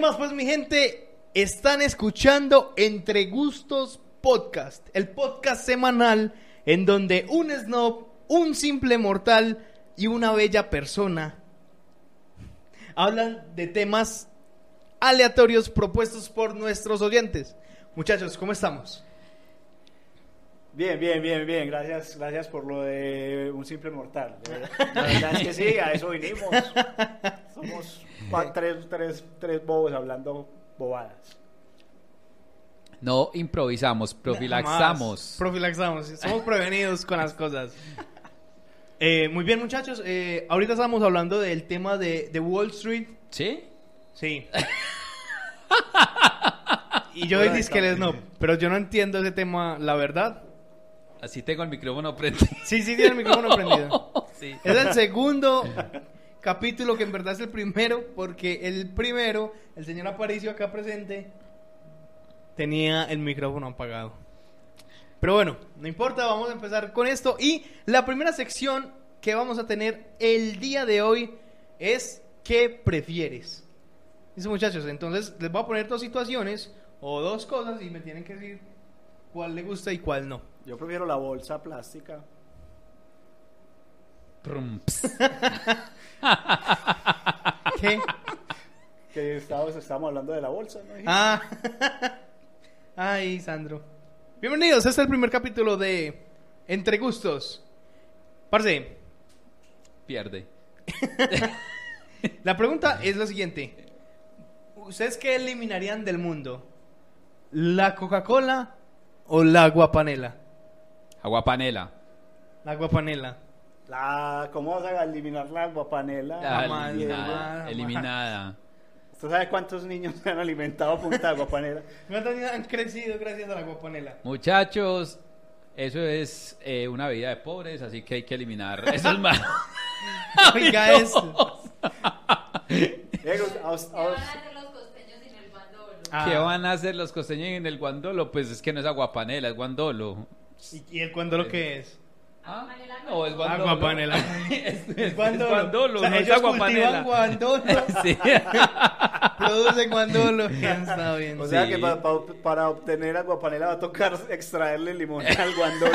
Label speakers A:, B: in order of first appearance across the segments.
A: más, pues, mi gente? Están escuchando Entre Gustos Podcast, el podcast semanal en donde un snob, un simple mortal y una bella persona hablan de temas aleatorios propuestos por nuestros oyentes. Muchachos, ¿cómo estamos?
B: Bien, bien, bien, bien. Gracias, gracias por lo de un simple mortal. Eh, La verdad es que sí, a eso vinimos. Somos cua- tres, tres, tres bobos hablando bobadas.
C: No improvisamos,
A: Jamás.
C: profilaxamos.
A: Profilaxamos, somos prevenidos con las cosas. Eh, muy bien, muchachos. eh, ahorita estábamos hablando del tema de, de Wall Street.
C: ¿Sí?
A: Sí. y yo dije que el no, pero yo no entiendo ese tema, la verdad.
C: Así tengo el micrófono prendido.
A: Sí, sí, tiene el micrófono prendido.
C: Sí.
A: Es el segundo capítulo que en verdad es el primero, porque el primero, el señor Aparicio acá presente, tenía el micrófono apagado. Pero bueno, no importa, vamos a empezar con esto. Y la primera sección que vamos a tener el día de hoy es ¿qué prefieres? Dice muchachos, entonces les voy a poner dos situaciones o dos cosas y me tienen que decir cuál le gusta y cuál no.
B: Yo prefiero la bolsa plástica.
C: Prum, ps.
A: ¿Qué?
B: Que estábamos, estábamos hablando de la bolsa, ¿no?
A: Ah. Ay, Sandro. Bienvenidos, este es el primer capítulo de Entre Gustos. Parce,
C: Pierde.
A: la pregunta es la siguiente. ¿Ustedes qué eliminarían del mundo? ¿La Coca-Cola o la guapanela?
C: Aguapanela.
A: La guapanela.
B: La, ¿Cómo vas a eliminar la guapanela?
C: Ah,
A: Jamás,
C: eliminada.
A: jamás.
C: eliminada.
B: ¿Usted sabe cuántos niños se han alimentado a punta de guapanela?
A: ¿Cuántos niños han crecido gracias a la guapanela?
C: Muchachos, eso es eh, una vida de pobres, así que hay que eliminar esos malos.
A: Oiga eso.
B: Diego, a us-
D: ¿Qué
B: a
D: van a
B: us-
D: hacer los costeños sin el bandolo?
A: Ah,
C: ¿Qué van a hacer los costeños en el guandolo? Pues es que no es aguapanela, es guandolo.
A: ¿Y y el cuándo lo que es?
C: ¿Ah?
D: Aguapanela,
C: No, es guandolo.
A: Aguapanela.
C: es, es- es
A: Guandolo.
C: guandolo,
A: O sea,
C: no es
A: ellos cultivan
C: aguapanela.
A: guandolo,
C: Sí.
A: producen guandolo. Ya está bien.
B: O sea
C: Sí.
B: que pa- pa- para obtener aguapanela va a tocar extraerle limón al guandol.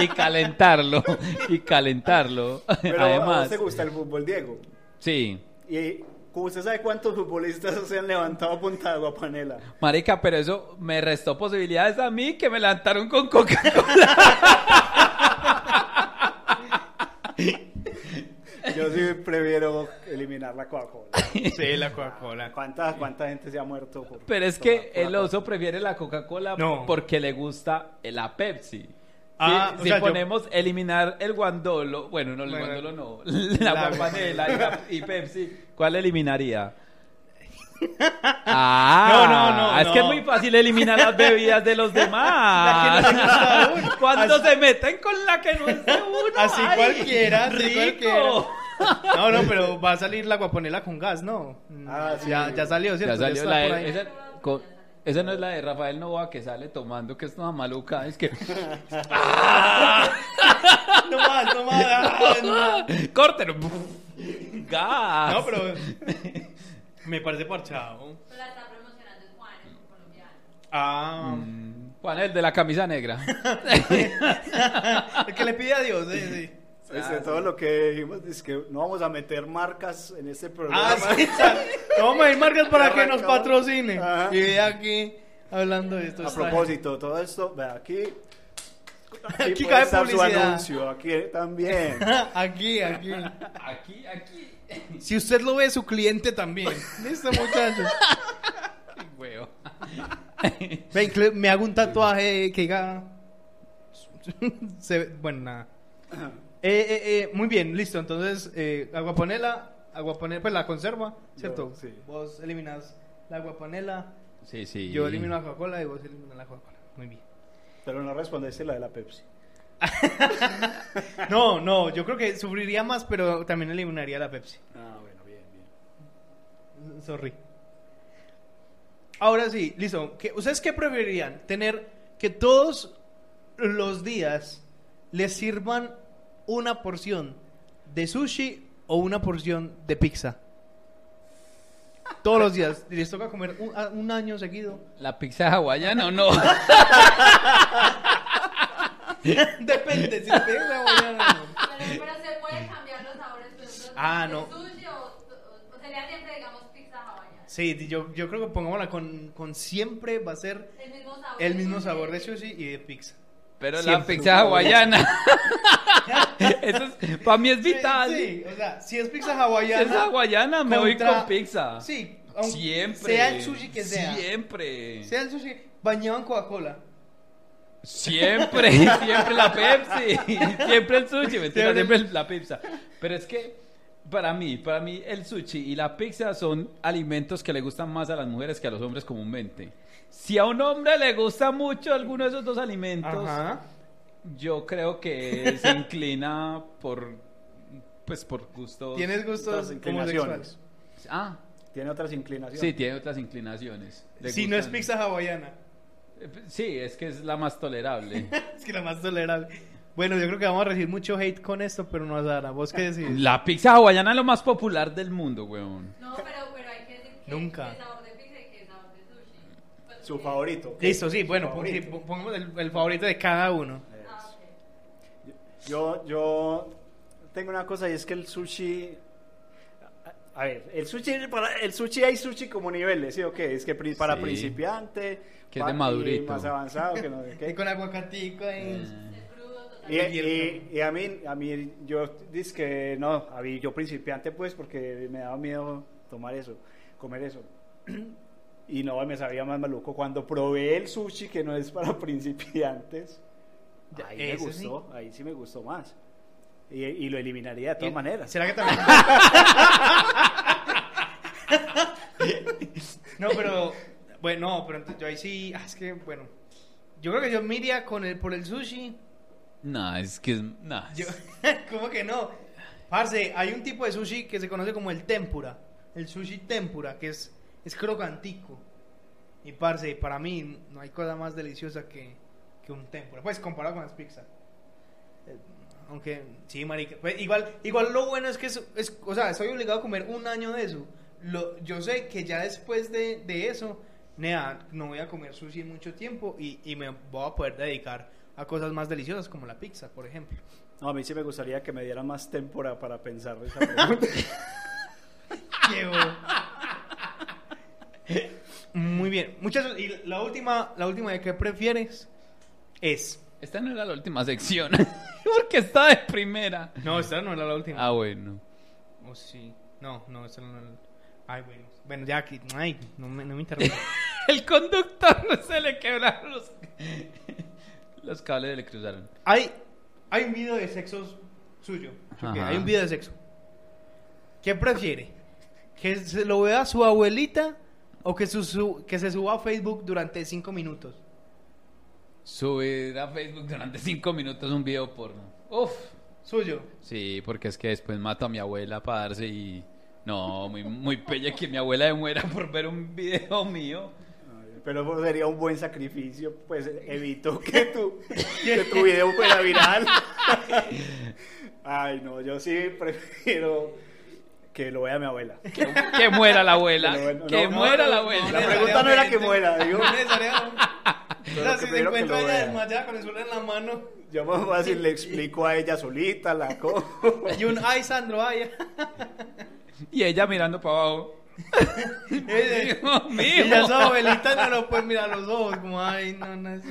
C: y calentarlo. Y calentarlo.
B: Pero a
C: Además,
B: usted gusta el fútbol, Diego.
C: sí.
B: Y usted sabe cuántos futbolistas se han levantado a punta de aguapanela.
C: Marica, pero eso me restó posibilidades a mí que me levantaron con Coca-Cola.
B: Yo sí prefiero eliminar la Coca-Cola.
A: Sí, la Coca-Cola.
B: ¿Cuánta, ¿Cuánta gente se ha muerto? por
C: Pero es
B: tomar
C: que el
B: Coca-Cola?
C: oso prefiere la Coca-Cola
A: No.
C: porque le gusta la Pepsi.
A: Ah,
C: si
A: o
C: si
A: sea, yo-
C: ponemos eliminar el guandolo, bueno, no, el
A: Bueno.
C: guandolo no, la guapanela y, la- y Pepsi, ¿cuál eliminaría? Ah,
A: No, no, no,
C: es que es
A: no.
C: muy fácil eliminar las bebidas de los
A: La
C: demás.
A: que no le gusta a uno.
C: Cuando
A: Así-
C: se meten con la que no es de uno.
A: Así
C: ay,
A: cualquiera, así
C: rico.
A: cualquiera. No, no, pero va a salir la guaponela con gas, ¿no? Mm,
B: Ah, sí.
A: ya, ya salió, ¿cierto?
C: Ya salió
A: está
C: la
A: por
C: de-
A: ahí.
C: esa, co- esa no es la de Rafael Novoa que sale tomando, que es una maluca. Es que.
A: No más, no más. ah, no.
C: ¡Córtelo! ¡Gas!
A: No, pero me parece parchado.
D: Pero la está promocionando es Juan, el colombiano.
A: Ah,
C: Mm, Juan, el de la camisa negra.
A: el que le pide a Dios, sí, sí.
B: Este, todo lo que dijimos es que no vamos a meter marcas en este programa.
A: Ah, sí, ya. No, Vamos a ir marcas para que nos
B: Arrancamos.
A: patrocine.
B: Ajá.
A: Y de aquí hablando de esto.
B: A
A: está-
B: propósito, todo esto, vea, aquí.
A: Aquí
B: puede
A: cae
B: estar su
A: publicidad.
B: anuncio, aquí también.
A: Aquí, aquí.
C: Aquí, aquí.
A: Si usted lo ve, su cliente también. Listo, muchachos.
C: Huevo.
A: Ven, Cle- me hago un tatuaje que diga. Se ve- Bueno, nada. Eh, eh, eh, muy bien, listo. Entonces, eh, aguapanela, aguapanela, pues la conserva, ¿cierto?
B: Yo, sí.
A: Vos eliminas la aguapanela,
C: Sí, sí.
A: yo elimino la Coca-Cola y vos eliminas la Coca-Cola. Muy bien.
B: Pero no respondiste la de la Pepsi.
A: No, no, yo creo que sufriría más, pero también eliminaría la Pepsi.
B: Ah, bueno, bien, bien.
A: Sorry. Ahora sí, listo. ¿Qué- ¿Ustedes qué preferirían? ¿Tener que todos los días les sirvan una porción de sushi o una porción de pizza? Todos los días. Y les toca comer un, a- un año seguido.
C: ¿La pizza es hawaiana o no?
A: Depende, si te pides la hawaiana o no.
D: Pero, pero se puede cambiar los sabores. por ejemplo,
A: Ah,
D: de
A: no.
D: Sushi o, o- o sería siempre, digamos, pizza hawaiana.
A: Sí, di- yo, yo creo que pongámosla con, con siempre va a ser
D: El mismo sabor.
A: el mismo sabor de sushi y de pizza.
C: Pero la
A: Siempre.
C: pizza es hawaiana. Eso es, para mí es vital.
A: Sí, o sea, si es pizza
C: Si
A: hawaiana.
C: es hawaiana, me voy
A: contra-
C: con pizza.
A: Sí, aunque
C: Siempre.
A: Sea el sushi que sea.
C: Siempre.
A: Sea el sushi bañado en Coca-Cola.
C: Siempre, siempre la Pepsi, siempre el sushi, mentira,
A: Siempre.
C: siempre la pizza. Pero es que para mí, para mí el sushi y la pizza son alimentos que le gustan más a las mujeres que a los hombres comúnmente. Si a un hombre le gusta mucho alguno de esos dos alimentos,
A: Ajá.
C: yo creo que se inclina por pues por gusto.
A: Tienes
B: Otras
A: gustos
B: inclinaciones.
A: homosexuales.
C: Ah,
B: Tiene otras inclinaciones.
C: sí, tiene otras inclinaciones. Le
A: Si no es
C: gustan-
A: pizza hawaiana.
C: Eh, Sí, es que es la más tolerable.
A: Es que la más tolerable. Bueno, yo creo que vamos a recibir mucho hate con esto, pero no, Sara, ¿vos qué decís?
C: La pizza hawaiana es lo más popular del mundo, weón.
D: No, pero, pero hay que decir que
A: Nunca.
D: qué sabor de pizza y qué sabor de sushi. Pues,
B: Su
D: que-
B: favorito.
A: Listo, sí, bueno, pon- sí,
B: Favorito.
A: pon- pongamos el, el favorito de cada uno.
D: Ah, ok.
B: Yo, yo tengo una cosa y es que el sushi. a- A ver, el sushi, para, el sushi hay sushi como niveles, ¿sí o qué? Es que pri- para
C: Sí.
B: principiante,
C: Que es
B: pa-
C: de
B: y
C: madurito.
B: más avanzado, que no sé
A: Y
B: qué.
A: con aguacatico
C: Mm.
A: y...
D: De crudo, total.
B: Y,
A: Eh,
B: y- y a mí, a mí, yo dice que no, a mí, yo principiante pues porque me daba miedo tomar eso, comer eso. Y no, me sabía más maluco. Cuando probé el sushi que no es para principiantes,
A: Ya,
B: ahí me
A: ese
B: gustó, ahí sí me gustó más. Y, y lo eliminaría de todas
A: Y-
B: maneras.
A: ¿Será que también? no, pero bueno, no, pero entonces yo ahí sí, ah, es que bueno, yo creo que yo me iría con el por el sushi.
C: Nah, es que es- nah,
A: Yo,
C: es-
A: ¿Cómo que no? Parce, hay un tipo de sushi que se conoce como el tempura, el sushi tempura, que es es crocantico. Y parce, para mí no hay cosa más deliciosa que, que un tempura, pues comparado con las pizzas. Eh, Aunque, sí, marica. Pues, igual, igual lo bueno es que, es, es- o sea, estoy obligado a comer un año de eso. Lo, yo sé que ya después de, de eso, nea, no voy a comer sushi mucho tiempo y, y me voy a poder dedicar a cosas más deliciosas como la pizza, por ejemplo.
B: No, a mí sí me gustaría que me diera más temporada para pensar esa pregunta.
A: Llevo. Muy bien. Muchachos, y la última, la última de qué prefieres es...
C: Esta no era la última sección. Porque está de primera.
A: No, esta no era la última.
C: Ah, bueno.
A: Oh, sí. No, no, eso no. no. Ay, bueno. Bueno, ya aquí. Ay, no me, no me interrumpa.
C: El conductor se le quebraron los. Los cables le cruzaron.
A: hay, hay un video de sexos suyo.
C: Ajá.
A: Ok, Hay un video de sexo. ¿Qué prefiere? ¿Que se lo vea su abuelita o que, su, su- que se suba a Facebook durante cinco minutos?
C: Subir a Facebook durante cinco minutos un video porno. Uf.
A: Suyo.
C: Sí, porque es que después mato a mi abuela para darse y. No, muy, muy pelle que mi abuela me muera por ver un video mío.
B: Pero sería un buen sacrificio, pues evitó que tu, que tu video fuera viral. Ay, no, yo sí prefiero que lo vea mi abuela.
C: Que, que muera la abuela.
B: Pero bueno,
C: que
B: no,
C: muera la
B: no,
C: abuela.
B: La pregunta no era que
A: necesariamente.
B: muera, digo.
A: No necesariamente. O sea,
B: que
A: si se
B: primero que
A: encuentra
B: lo
A: ella
B: vea.
A: desmayada con el suelo en la mano
B: Yo más fácil le explico a ella solita la cosa.
A: y un ay, Sandro, ay.
C: Y ella mirando para abajo. Dios mío.
A: Y ya su abuelita no lo puede mirar a los ojos, como, ay, no, no es...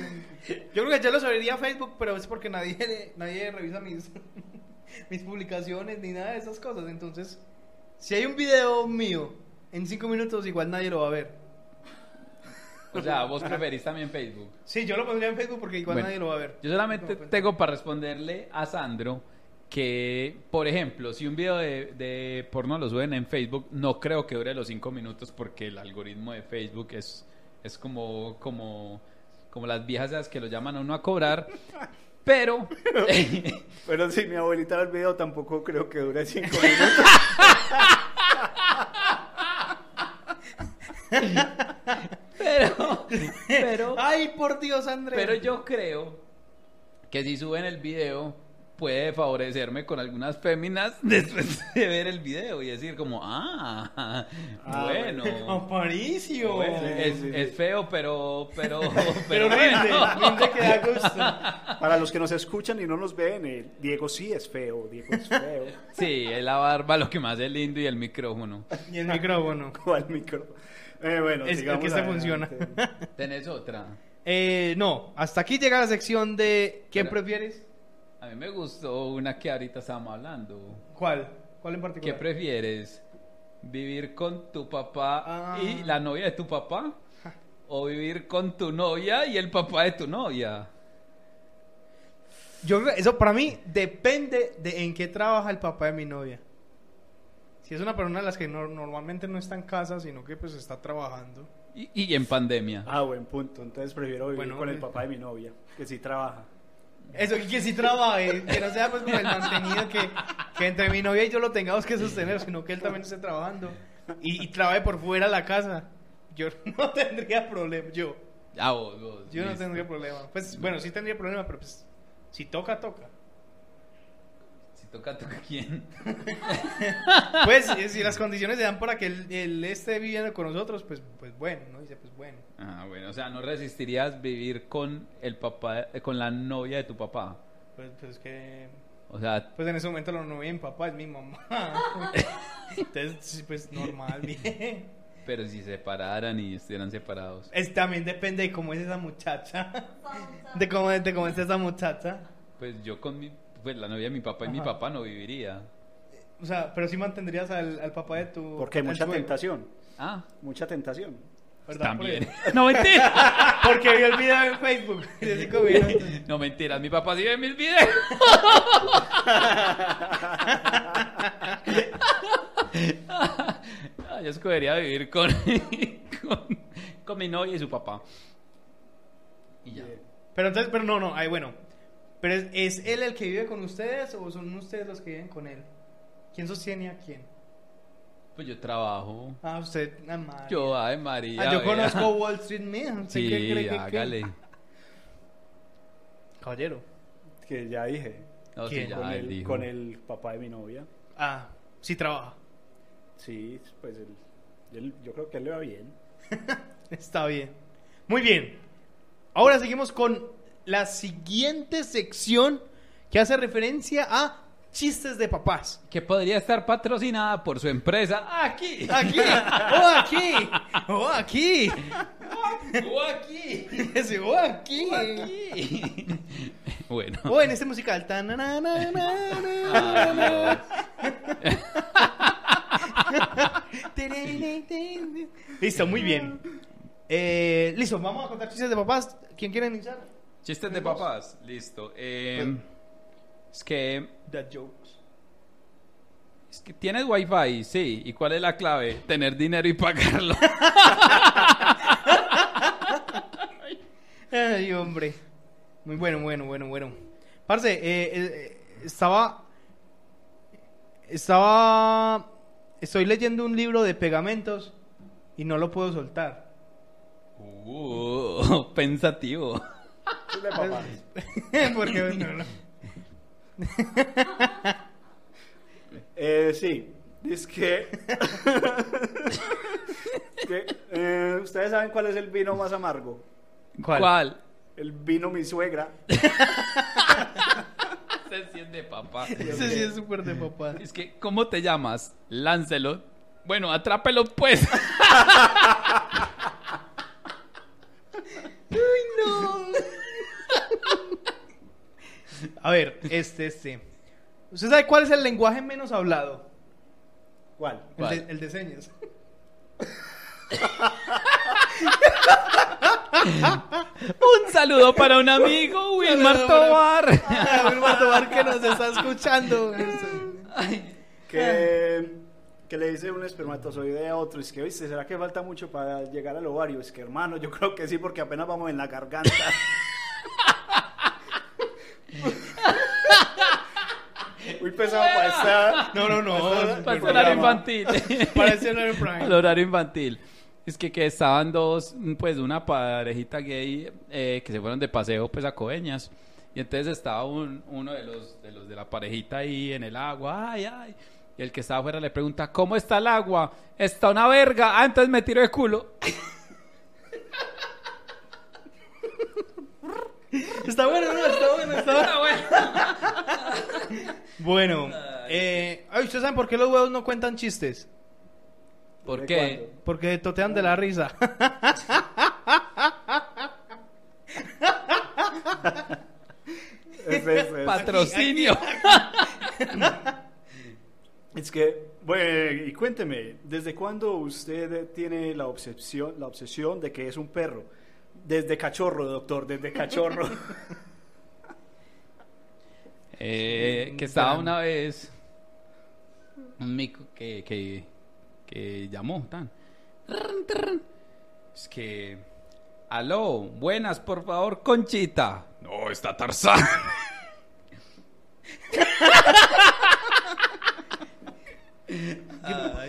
A: Yo creo que yo lo subiría a Facebook, pero es porque nadie, nadie revisa mis, mis publicaciones ni nada de esas cosas. Entonces, si hay un video mío en cinco minutos, igual nadie lo va a ver.
C: O sea, vos preferís también Facebook.
A: Sí, yo lo pondría en Facebook porque igual
C: Bueno,
A: nadie lo va a ver.
C: Yo solamente
A: No, pues.
C: tengo para responderle a Sandro que, por ejemplo, si un video de, de porno lo suben en Facebook, no creo que dure los cinco minutos porque el algoritmo de Facebook es, es como, como, como las viejas esas que lo llaman a uno a cobrar. Pero,
B: Pero si mi abuelita ve el video, tampoco creo que dure cinco minutos.
C: pero, pero,
A: Ay, por Dios, Andrés.
C: pero yo creo que si suben el video, puede favorecerme con algunas féminas después de ver el video y decir como, ah,
B: Ah,
C: bueno.
A: Aparicio.
B: Bueno,
C: Pues, Es,
B: sí, sí,
C: es
B: sí.
C: feo, pero, pero,
A: Pero
C: bueno.
A: rinde, rinde que da gusto.
B: Para los que nos escuchan y no nos ven, eh, Diego sí es feo, Diego es feo.
C: Sí, es la barba lo que más es lindo y el micrófono.
A: Y el micrófono.
B: ¿Cuál micro? Eh, bueno,
A: Es-
B: sigamos
A: es que este
B: adelante.
A: funciona.
C: ¿Tenés otra?
A: Eh, no, hasta aquí llega la sección de ¿Qué
C: Espera.
A: prefieres?
C: A mí me gustó una que ahorita estábamos hablando.
A: ¿Cuál? ¿Cuál en
C: ¿Qué
A: particular?
C: prefieres? ¿Vivir con tu papá
A: Ah.
C: y la novia de tu papá? ¿O vivir con tu novia y el papá de tu novia?
A: Yo creo- eso para mí depende de en qué trabaja el papá de mi novia. Si es una persona de las que no- normalmente no está en casa, sino que pues está trabajando.
C: Y, y en pandemia.
B: Ah, buen punto. Entonces prefiero vivir
A: Bueno,
B: con el
A: eh.
B: papá de mi novia, que sí trabaja.
A: Eso, y que sí trabaje, que no sea pues como el mantenido que, que entre mi novia y yo lo tengamos que sostener, sino que él también esté trabajando y, y trabaje por fuera de la casa. Yo no tendría problema, yo.
C: Ah, vos, vos,
A: Yo no
C: listo.
A: tendría problema. Pues bueno, sí tendría problema, pero pues si toca, toca.
C: Si toca, toca quién.
A: Pues eh, si las condiciones se dan para que él, él esté viviendo con nosotros, pues, pues bueno, ¿no? Dice, pues bueno.
C: Ah, bueno, o sea, no resistirías vivir con el papá, eh, con la novia de tu papá.
A: Pues, pues que...
C: O sea,
A: Pues en ese momento lo novia de mi papá es mi mamá. Entonces, sí, pues normal, bien.
C: pero si se separaran y estuvieran separados.
A: Es, también depende de cómo es esa muchacha.
D: Salsa.
A: De cómo, de cómo es esa muchacha.
C: Pues yo con mi, pues la novia de mi papá y mi
A: Ajá.
C: papá no viviría.
A: O sea, pero sí mantendrías al, al papá de tu...
B: Porque hay
A: al
B: mucha
A: suegro,
B: tentación.
C: Ah,
B: Mucha tentación.
A: ¿verdad?
C: también.
A: Porque-
C: no mentira.
A: Porque vi el video en Facebook. de cinco minutos.
C: No mentiras, mi papá sí ve mil videos. Ah, yo escogería vivir con, con, con mi novia y su papá. Y ya.
B: Bien.
A: Pero entonces, pero no, no, ay, bueno. Pero es, ¿es él el que vive con ustedes o son ustedes los que viven con él? ¿Quién sostiene a quién?
C: Pues yo trabajo.
A: Ah, usted, ah, madre.
C: Yo, ay María.
A: Ah, yo
C: vea.
A: conozco Wall Street Man. ¿Usted
C: Sí,
A: qué cree que- que-
C: hágale.
A: Caballero.
B: Que ya dije.
C: No, sí,
A: ¿Quién?
C: ya,
B: con,
C: él
B: el,
C: dijo.
B: con el papá de mi novia.
A: Ah, sí trabaja.
B: Sí, pues él, él- yo creo que él le va bien.
A: Está bien. Muy bien. Ahora seguimos con la siguiente sección que hace referencia a chistes de papás.
C: Que podría estar patrocinada por su empresa. Aquí.
A: Aquí, oh aquí, oh aquí,
C: O Oh, aquí.
A: Ese, oh aquí.
C: Aquí. bueno.
A: O en este musical. tananananana.
C: Adiós.
A: Listo, muy bien. Eh, listo, vamos a contar chistes de papás. ¿Quién quiere iniciar?
C: Chistes de papás. Listo. Eh,
A: Pues,
C: es que.
A: The jokes.
C: Es que tienes wifi, sí. ¿Y cuál es la clave? Tener dinero y pagarlo.
A: Ay, hombre. Muy bueno, bueno, bueno, bueno. Parce, eh, eh, eh, estaba. Estaba. Estoy leyendo un libro de pegamentos y no lo puedo soltar.
C: Uh, pensativo.
B: Es de papá.
A: Porque no, no.
B: Eh, sí, es que... que, eh, ¿Ustedes saben cuál es el vino más amargo?
A: ¿Cuál?
B: El vino mi suegra.
C: Se enciende papá.
A: Ese sí es súper de papá.
C: Es que, ¿cómo te llamas? Lancelot. Bueno, atrápelo pues.
A: A ver, este, este. ¿Usted sabe cuál es el lenguaje menos hablado?
B: ¿Cuál?
A: El de,
C: ¿Cuál?
A: el de señas.
C: Un saludo para un amigo, Wilmar Tobar.
A: Ah, Wilmar Tobar que nos está escuchando.
B: que, que le dice un espermatozoide a otro, es que, viste, ¿será que falta mucho para llegar al ovario? Es que, hermano, yo creo que sí, porque apenas vamos en la garganta. Muy pesado para estar.
A: No, no, no.
C: Para
B: Wilmar
C: el horario
B: Tobar.
C: infantil.
A: Parece no Prime.
C: Al horario infantil. Es que, que estaban dos, pues una parejita gay eh, que se fueron de paseo pues a Coveñas Y entonces estaba un- uno de los, de los de la parejita ahí en el agua, ay, ay. Y el que estaba afuera le pregunta, ¿cómo está el agua? Está una verga. Ah, entonces me tiro de culo.
A: Está bueno, no, está bueno, está bueno.
C: Ah, bueno.
A: Bueno, eh, ay, ¿ustedes saben por qué los huevos no cuentan chistes?
C: ¿Por
B: ¿De
C: qué?
A: Porque totean de la risa.
B: Es, es- es-
C: Patrocinio.
B: es que, bueno, y cuénteme, ¿desde cuándo usted tiene la obsesión, la obsesión de que es un perro? Desde cachorro, doctor, desde cachorro.
C: Eh, que estaba una vez un mico que, que, que llamó tan Trrn, trrn. es que aló buenas por favor Conchita no está Tarzán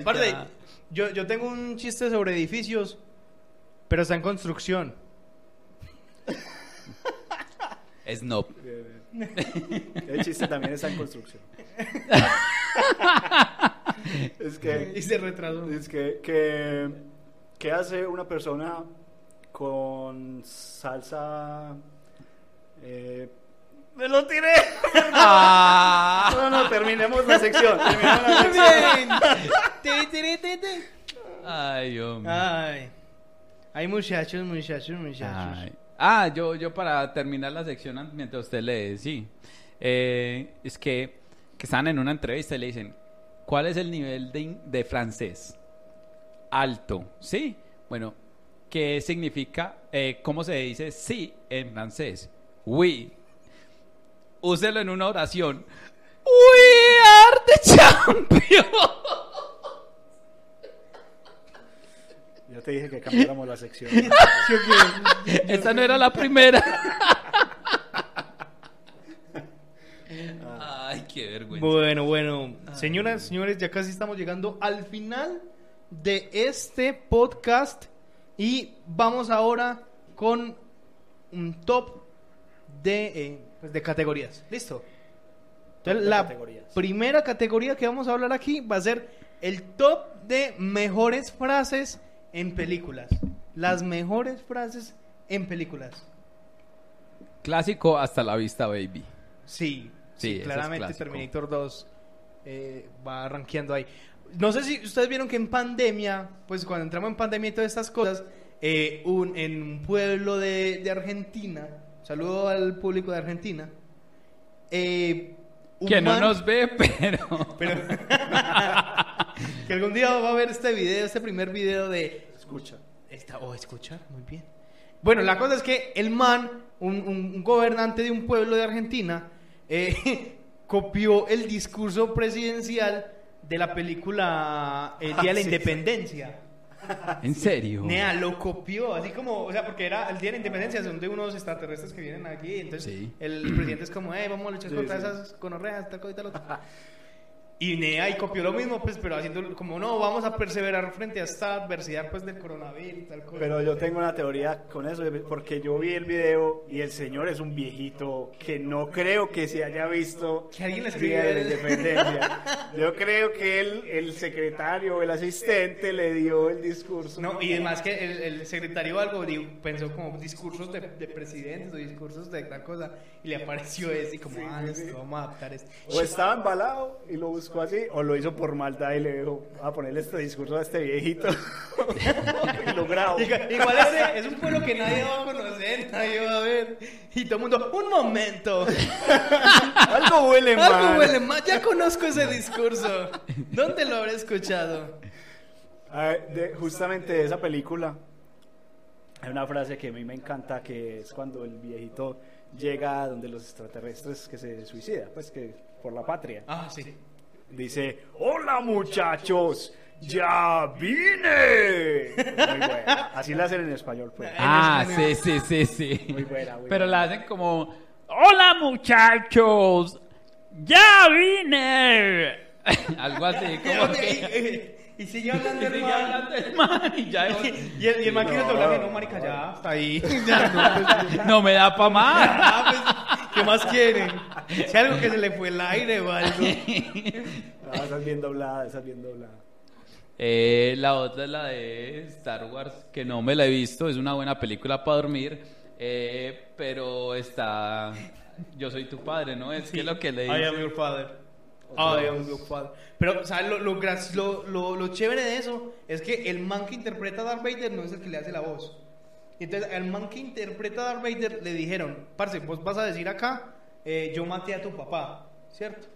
A: Parce,
C: ya.
A: yo, yo tengo un chiste sobre edificios, pero está en construcción.
C: Snob
B: El chiste también está en construcción. es que...
A: Y se retrasó.
B: Es que, que, ¿qué hace una persona con salsa? eh, ¡Me lo tiré!
C: Ah.
B: No, no, terminemos la sección. terminemos la sección.
A: Bien. Ti, ti, ti, ti.
C: ay hombre
A: Ay. Hay muchachos, muchachos, muchachos.
C: Ay. Ah, yo, yo para terminar la sección an- mientras usted lee, sí. Eh, es que, que están en una entrevista y le dicen, ¿cuál es el nivel de, in- de francés? Alto, ¿sí? Bueno, ¿qué significa, eh, cómo se dice sí en francés? Oui. Úselo en una oración. We are the champions.
B: Ya te dije que cambiáramos la sección.
A: Yo que-
C: Esa no era la primera. Ay, qué vergüenza.
A: Bueno, bueno. Señoras, señores, ya casi estamos llegando al final de este podcast. Y vamos ahora con un top de, eh, pues, de categorías. ¿Listo? Entonces,
B: de
A: la
B: categorías.
A: primera categoría que vamos a hablar aquí va a ser el top de mejores frases en películas. Las mejores frases en películas.
C: Clásico hasta la vista, baby.
A: Sí,
C: Sí,
A: sí,
C: ese es
A: claramente
C: clásico.
A: Terminator 2 eh, va rankeando ahí. No sé si ustedes vieron que en pandemia, pues cuando entramos en pandemia y todas estas cosas, eh, un, en un pueblo de, de Argentina, saludo al público de Argentina, eh, un
C: Que no
A: man-
C: nos ve, pero.
A: pero- que algún día va a ver este video, este primer video de
B: Escucha.
A: Está, oh, escuchar, muy bien. Bueno, la cosa es que el man, un, un- un gobernante de un pueblo de Argentina, eh, copió el discurso presidencial de la película eh, El Día de la
B: sí, sí.
A: Independencia.
C: En serio.
A: Nea, lo copió, así como, o sea, porque era el Día de la Independencia, son de unos extraterrestres que vienen aquí, entonces
C: Sí.
A: el presidente es como, eh, vamos a luchar
B: Sí,
A: contra
B: sí.
A: esas conorreas, tal cosa y tal otra. Y Nea, y copió lo mismo, pues, pero haciendo como, no, vamos a perseverar frente a esta adversidad, pues, del coronavirus y tal cosa.
B: Pero yo tengo una teoría con eso, porque yo vi el video y el señor es un viejito que no creo que se haya visto
A: Que alguien le
B: el Día de la
A: escribió.
B: Independencia. Yo creo que el, el secretario, el asistente le dio el discurso.
A: No, y además que el, el secretario algo di- pensó como discursos de, de presidentes o discursos de tal cosa y le apareció ese y como, ah, esto, vamos a adaptar esto.
B: O estaba embalado y lo buscó así, o lo hizo por maldad y le dijo, a ponerle este discurso a este viejito. y lo grabo.
A: Diga, Igual ese es un pueblo que nadie va a conocer, nadie va a ver. Y todo el mundo, un momento,
B: Algo huele mal.
A: algo huele mal, ya conozco ese discurso. ¿Dónde lo habré escuchado?
B: A ver, Ah, de- justamente de esa película hay una frase que a mí me encanta que es cuando el viejito llega a donde los extraterrestres que se suicida, pues que por la patria.
A: Ah, sí.
B: Dice, hola muchachos, ya vine. Muy buena. Así la hacen en español, pues.
C: Ah,
A: En
C: sí,
A: español.
C: sí, sí, sí.
B: Muy buena, muy buena.
C: Pero la hacen como: ¡Hola, muchachos! ¡Ya vine! Algo así, como que.
A: Y, y- y sigue hablando,
C: Y sigue
A: hermano.
C: hablando el man, y ya es-
A: Y el, y el man que hizo el doblaje, no, marica, ya, está ahí. Ya, no, pues,
C: No me da pa' más.
A: Ah, pues, ¿Qué más quieren? Si algo que se le fue el aire o algo.
B: Ah, estás bien doblada, estás bien doblada.
C: Eh, la otra es la de Star Wars, que no me la he visto. Es una buena película para dormir. eh, pero está. Yo soy tu padre, ¿no? Es que es lo que le
A: I am
C: dice.
A: your father. I am your father. Pero, ¿sabes? Lo, lo, gra- lo, lo- lo chévere de eso es que el man que interpreta a Darth Vader no es el que le hace la voz. Entonces, al man que interpreta a Darth Vader le dijeron, parce, vos vas a decir acá, eh, yo maté a tu papá, ¿cierto?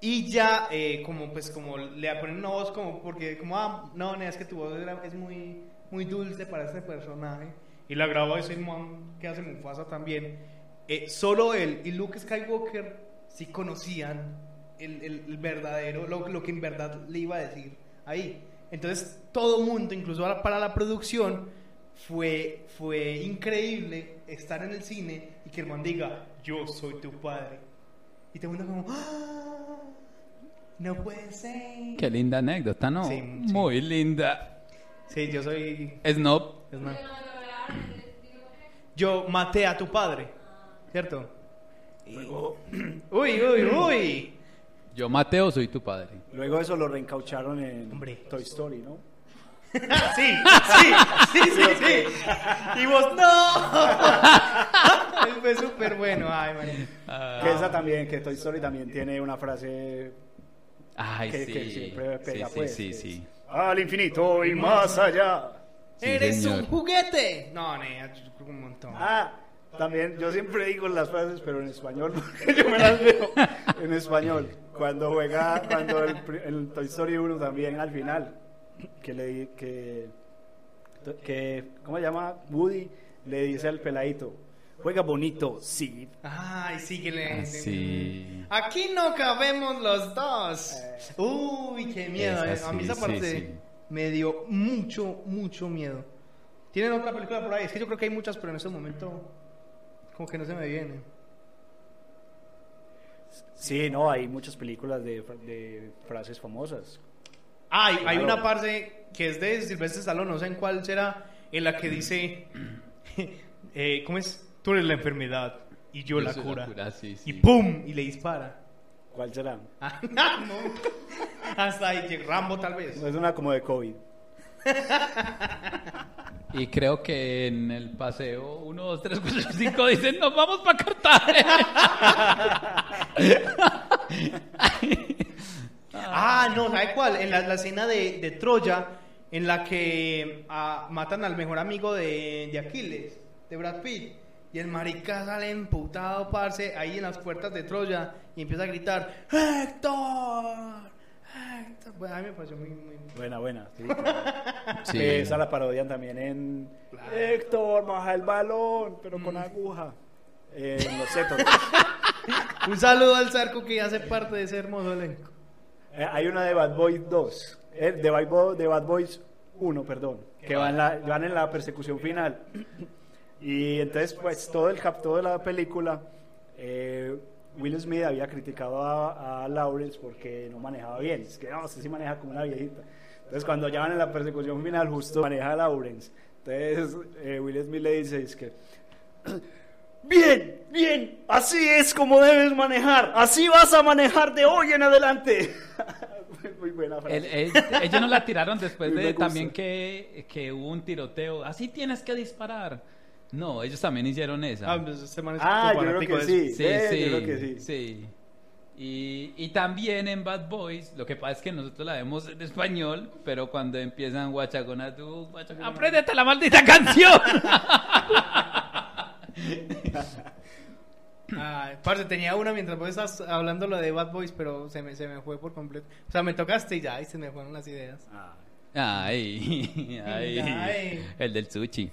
A: Y ya, eh, como pues, como le ponen una voz como, porque como, ah, no, nena, es que tu voz era- es muy, muy dulce para este personaje. Y la grabó ese man que hace Mufasa también. Eh, solo él y Luke Skywalker sí conocían el, el- el verdadero, lo, lo que en verdad le iba a decir ahí. Entonces, todo mundo, incluso ahora para la producción, fue, fue increíble estar en el cine y que el man diga, yo soy tu padre. Y te mundo como, "Ah, no puede ser.
C: Qué linda anécdota, ¿no?
A: Sí, sí.
C: Muy linda.
A: Sí, yo soy...
C: Snob.
A: es
D: Pero
A: más,
D: no me lo regalaron, entonces digo, eh,
A: Yo maté a tu padre, ¿cierto? Y- Uy, uy, uy.
C: Yo, Mateo, soy tu padre.
B: Luego eso lo reencaucharon en
A: Hombre.
B: Toy Story, ¿no?
A: Sí, sí, sí, sí, sí. Y vos, no. Él fue súper bueno. Ay, man.
B: Que esa también, que Toy Story también tiene una frase
C: Ay,
B: que,
C: sí.
B: que siempre pega,
C: sí, sí,
B: pues.
C: sí,
B: que
C: sí.
B: es, Al infinito y más allá.
C: Sí,
A: Eres
C: señor.
A: un juguete. No, nea, un montón.
B: Ah, también, yo siempre digo las frases, pero en español, porque yo me las veo en español. Cuando juega, cuando el, pri- el Toy Story 1 también al final, que le di- que, que, ¿cómo se llama? Woody le dice al peladito, juega bonito, sí.
A: Ay, sí que le.
C: Ah, sí.
A: Aquí no cabemos los dos. Uy, qué miedo.
C: Esa
A: eh. A mí
C: sí,
A: esa
C: sí,
A: parte
C: sí.
A: me dio mucho, mucho miedo. ¿Tienen otra película por ahí? Es que yo creo que hay muchas, pero en este momento como que no se me viene.
B: Sí, no, hay muchas películas de, fra- de frases famosas.
A: Ah, hay, hay
B: Claro.
A: una parte que es de Silvestre Stallone, no sé en cuál será, en la que dice, eh, ¿cómo es? Tú eres la enfermedad y yo,
C: Yo
A: la
C: soy
A: cura.
C: sí, sí.
A: Y ¡pum! Y le dispara.
B: ¿Cuál será?
A: Ah, no. Hasta ahí llega Rambo tal vez.
B: Es una como de COVID.
C: Y creo que en el paseo 1, 2, 3, 4, 5 dicen, nos vamos para Cartagena.
A: Ah, no, ¿sabe cuál? En la, la escena de, de Troya, en la que ah, matan al mejor amigo de, de Aquiles, de Brad Pitt. Y el marica sale emputado, parce, ahí en las puertas de Troya y empieza a gritar, ¡Héctor! ¡Héctor! Bueno, a mí me pareció muy... muy...
B: Buena, buena. sí.
C: Sí.
B: Eh, Esa la parodian también en Héctor, baja el balón, pero con aguja. Eh, En los setos.
A: Un saludo al Zarco que hace parte de ese hermoso elenco.
B: Eh, hay una de Bad Boys 2, eh, de, Bad Bo- de Bad Boys 1, perdón, que van, la- van en la persecución final. Y entonces, pues, todo el capto de la película, eh, Will Smith había criticado a, a Lawrence porque no manejaba bien. Es que, no, usted sí maneja como una viejita. Entonces, cuando ya van en la persecución final, justo maneja a Lawrence. Entonces, eh, Will Smith le dice, es que... Bien, bien, así es como debes manejar, así vas a manejar de hoy en adelante. Muy buena frase.
C: El- el- ellos no la tiraron después
B: Me
C: de
B: gusta.
C: también que, que hubo un tiroteo. Así tienes que disparar. No, ellos también hicieron esa.
A: Ah, pues, este man es
B: Ah,
A: un
B: yo creo
A: fanático
B: que
A: de eso.
B: sí. eh, yo creo que sí.
C: sí. Y, y también en Bad Boys, lo que pasa es que nosotros la vemos en español, pero cuando empiezan Guachagona, tú, guachagona, ¡apréndete la maldita canción!
A: Ah, parce, tenía una mientras vos estás hablando lo de Bad Boys, pero se me, se me fue por completo. O sea, me tocaste y ya, y se me fueron las ideas.
B: Ah,
C: Ay, ay,
A: Ay.
C: el del sushi.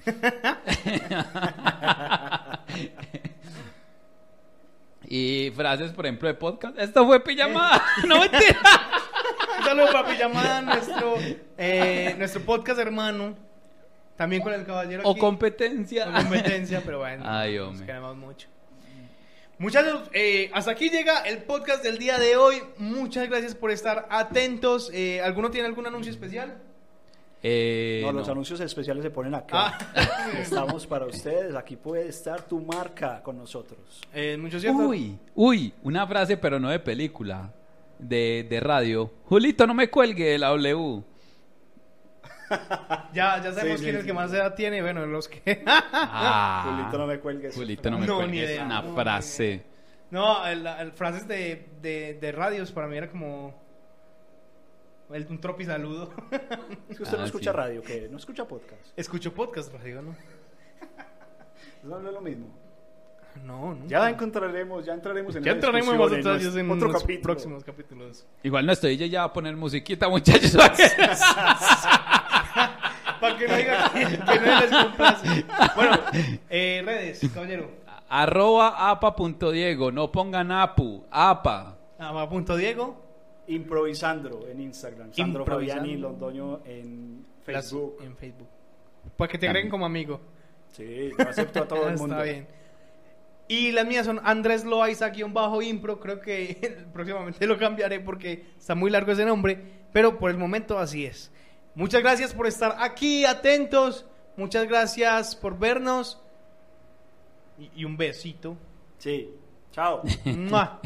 C: y frases, por ejemplo, de podcast. Esto fue pijamada,
A: Eh.
C: no mentira.
A: Un saludo para Pijamada, nuestro, eh, nuestro podcast hermano. También con el caballero.
C: O
A: aquí.
C: competencia.
A: O competencia, pero bueno.
C: Ay,
A: nos
C: hombre.
A: queremos mucho. Muchachos, eh, hasta aquí llega el podcast del día de hoy. Muchas gracias por estar atentos. Eh, ¿Alguno tiene algún anuncio especial?
C: Eh,
B: no, los
C: no.
B: anuncios especiales se ponen acá. Estamos para ustedes. Aquí puede estar tu marca con nosotros.
A: Eh, mucho cierto.
C: Uy, uy, una frase pero no de película, de, de radio. Julito, no me cuelgue de la W.
A: Ya, ya sabemos
B: Sí,
A: quién
B: sí,
A: es el
B: sí.
A: que más edad tiene. Bueno, los que.
C: Ah,
B: Julito, no me cuelgues.
C: Julito, no me
A: No, ni
C: cuelgue, es
A: idea.
C: una
A: No, ni
C: frase.
A: No, el, el- frases de, de, de radios para mí era como. el- un tropi saludo.
B: Es que usted no
C: Ah,
B: escucha
C: sí.
B: radio, que no escucha podcast.
A: Escucho podcast radio, ¿no?
B: No, no es lo mismo.
A: No, nunca.
B: Ya encontraremos, ya entraremos en
A: Ya
B: esa
A: entraremos en más
B: discusión en
A: detalles en
B: nuestro- otro
A: los
B: capítulo.
A: próximos capítulos.
C: Igual no estoy, yo ya voy a poner musiquita, muchachos.
A: Para que no diga que, que no les complace. Bueno, eh, redes, caballero.
C: Arroba apa.diego, no pongan apu, apa.
A: Ah, va, punto Diego.
B: Improvisandro en Instagram. Sandro
A: Improvisando.
B: Fabiani Londoño en
A: Las- em-
B: Facebook.
A: En Facebook. Para que te agreguen como amigo.
B: Sí, yo acepto a todo el
A: Está
B: mundo.
A: bien. Y las mías son Andrés Loaiza-impro. Creo que próximamente lo cambiaré porque está muy largo ese nombre. Pero por el momento así es. Muchas gracias por estar aquí, atentos. Muchas gracias por vernos. Y, y un besito.
B: Sí. Chao.
A: ¡Mua!